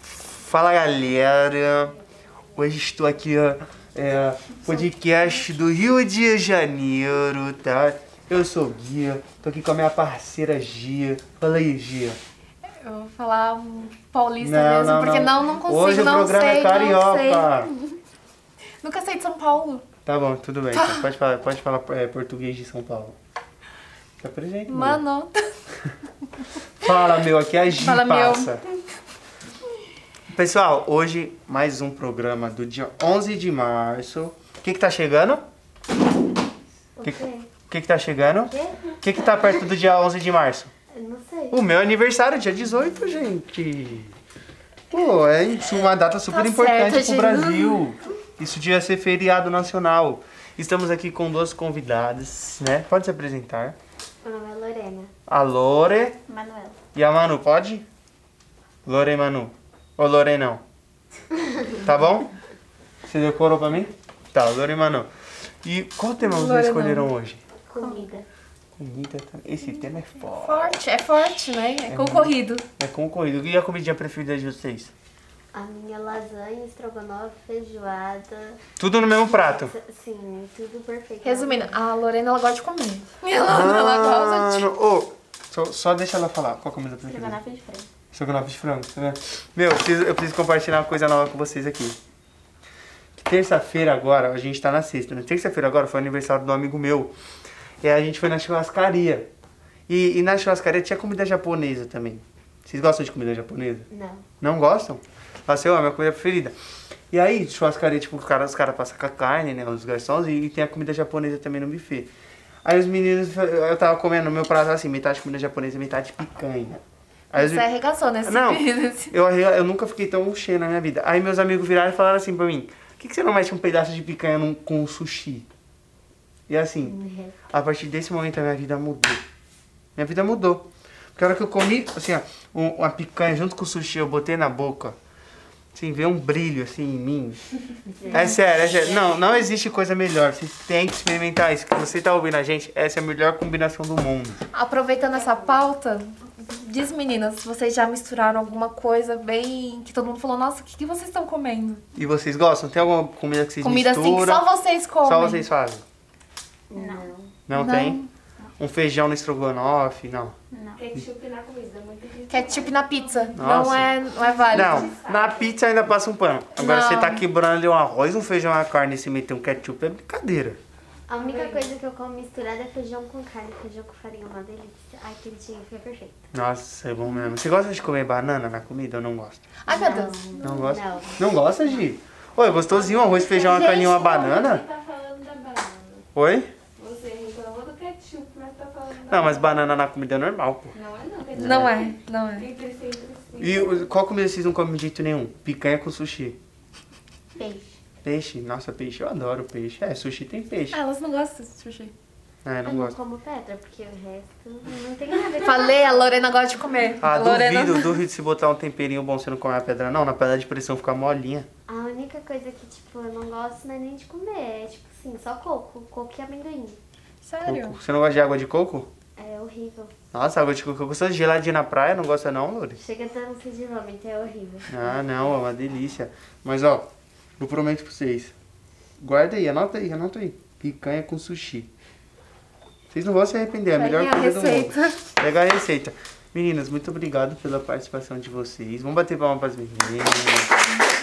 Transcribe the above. Fala galera, hoje estou aqui, é, podcast do Rio de Janeiro, tá? Eu sou o Guia, tô aqui com a minha parceira Gia. Fala aí, Gia. Eu vou falar um paulista Não, mesmo, não, porque não. não, não consigo, Hoje o não programa é sei, não carioca. sei. Nunca sei de São Paulo. Tá bom, tudo bem, então pode falar, pode falar é, português de São Paulo. Fica presente, mano. Mano, Fala, meu, aqui é a Gia Fala, meu. passa. Pessoal, hoje mais um programa do dia 11 de março. O que que tá chegando? O que, que que tá chegando? O que que tá perto do dia 11 de março? Eu não sei. O meu aniversário, dia 18, gente. Pô, é isso, uma data super Tá importante certo, pro gente. Brasil. Isso devia ser feriado nacional. Estamos aqui com duas convidadas, né? Pode se apresentar. Meu nome é Lorena. A Lore Manuela. e a Manu, pode? Lore e Manu. Ou Lore não. Tá bom? Você decorou pra mim? Tá, Lore e Manu. E qual tema vocês Lore não. escolheram hoje? Comida. Comida também. Esse tema é forte. forte, é forte, né? É, concorrido. É concorrido. E a comidinha preferida de vocês? A minha lasanha, estrogonofe, feijoada. Tudo no mesmo prato. S- Sim, tudo perfeito. Resumindo, a Lorena, ela gosta de comer. Ela, ela gosta de... Ah, Mano, ô, só, só deixa ela falar. Qual a comida preferida? Estrogonofe de frango. Estrogonofe de frango, tá vendo? Meu, eu preciso, eu preciso compartilhar uma coisa nova com vocês aqui. Que Terça-feira agora, a gente tá na sexta, né? Terça-feira agora foi aniversário do amigo meu. E a gente foi na churrascaria. E, e na churrascaria tinha comida japonesa também. Vocês gostam de comida japonesa? Não. Não gostam? Fala assim, ó, minha comida preferida. E aí, churrascaria, tipo, os caras os cara passam com a carne, né? Os garçons, e, e tem a comida japonesa também no buffet. Aí os meninos, eu tava comendo no meu prato assim, metade comida japonesa, metade picanha. Aí os- Você arregaçou nesse Não, nesse- eu, arre- eu nunca fiquei tão cheio na minha vida. Aí meus amigos viraram e falaram assim pra mim, por que, que você não mete um pedaço de picanha num- com sushi? E assim, Uhum. a partir desse momento a minha vida mudou. Minha vida mudou. Porque a hora que eu comi, assim, ó, um- uma picanha junto com o sushi, eu botei na boca. Assim, veio um brilho assim em mim. É sério, é sério. Não, não existe coisa melhor. Você tem que experimentar isso. Que você tá ouvindo a gente, essa é a melhor combinação do mundo. Aproveitando essa pauta, diz meninas, vocês já misturaram alguma coisa bem... Que todo mundo falou, nossa, o que, que vocês estão comendo? E vocês gostam? Tem alguma comida que vocês Comida assim que misturam? só vocês comem. Só vocês fazem? Não. Não, Não. tem? Um feijão no estrogonofe, não. é Ketchup na pizza. Não Nossa. é, não é válido. Não, na pizza ainda passa um pano. Agora Não. você tá quebrando ali um arroz, um feijão, uma carne e se meter um ketchup é brincadeira. A única coisa que eu como misturada é feijão com carne, feijão com farinha, uma delícia. Ai, aquele dia foi perfeito. Nossa, é bom mesmo. Você gosta de comer banana na comida ou não gosta? Ai, meu Deus. Não gosta? Não. gosta, Gi? Oi, gostosinho, um arroz, feijão, uma carninha, uma banana? tá falando da banana. Oi? Você reclamou do ketchup, mas tá falando da Não, mas banana na comida é normal, pô. Não é não, ketchup. Não é, não é. Entre si, entre si. E o- qual comida vocês não comem de jeito nenhum? Picanha com sushi. Peixe. Peixe? Nossa, peixe, eu adoro peixe. É, sushi tem peixe. Ah, elas não gostam de sushi. Ah, eu Eu não não gosto. como pedra, porque o resto não tem nada. a ver. Falei, a Lorena gosta de comer. Ah, a Lorena... duvido, duvido se botar um temperinho bom você não comer a pedra, não. Na pedra de pressão fica molinha. A única coisa que, tipo, eu não gosto não é nem de comer. É, tipo assim, só coco. Coco e amendoim. Sério? Coco. Você não gosta de água de coco? É horrível. Nossa, água de coco. Eu gosto de geladinha na praia, não gosta não, Lourdes? Chega a dar um de vômito, é horrível. Ah, não, é uma delícia. Mas ó, eu prometo pra vocês. Guarda aí, anota aí, anota aí. Picanha com sushi. Vocês não vão se arrepender, é a melhor Peguem a coisa do receita. mundo. Pega a receita. Meninas, muito obrigado pela participação de vocês. Vamos bater palma pras meninas.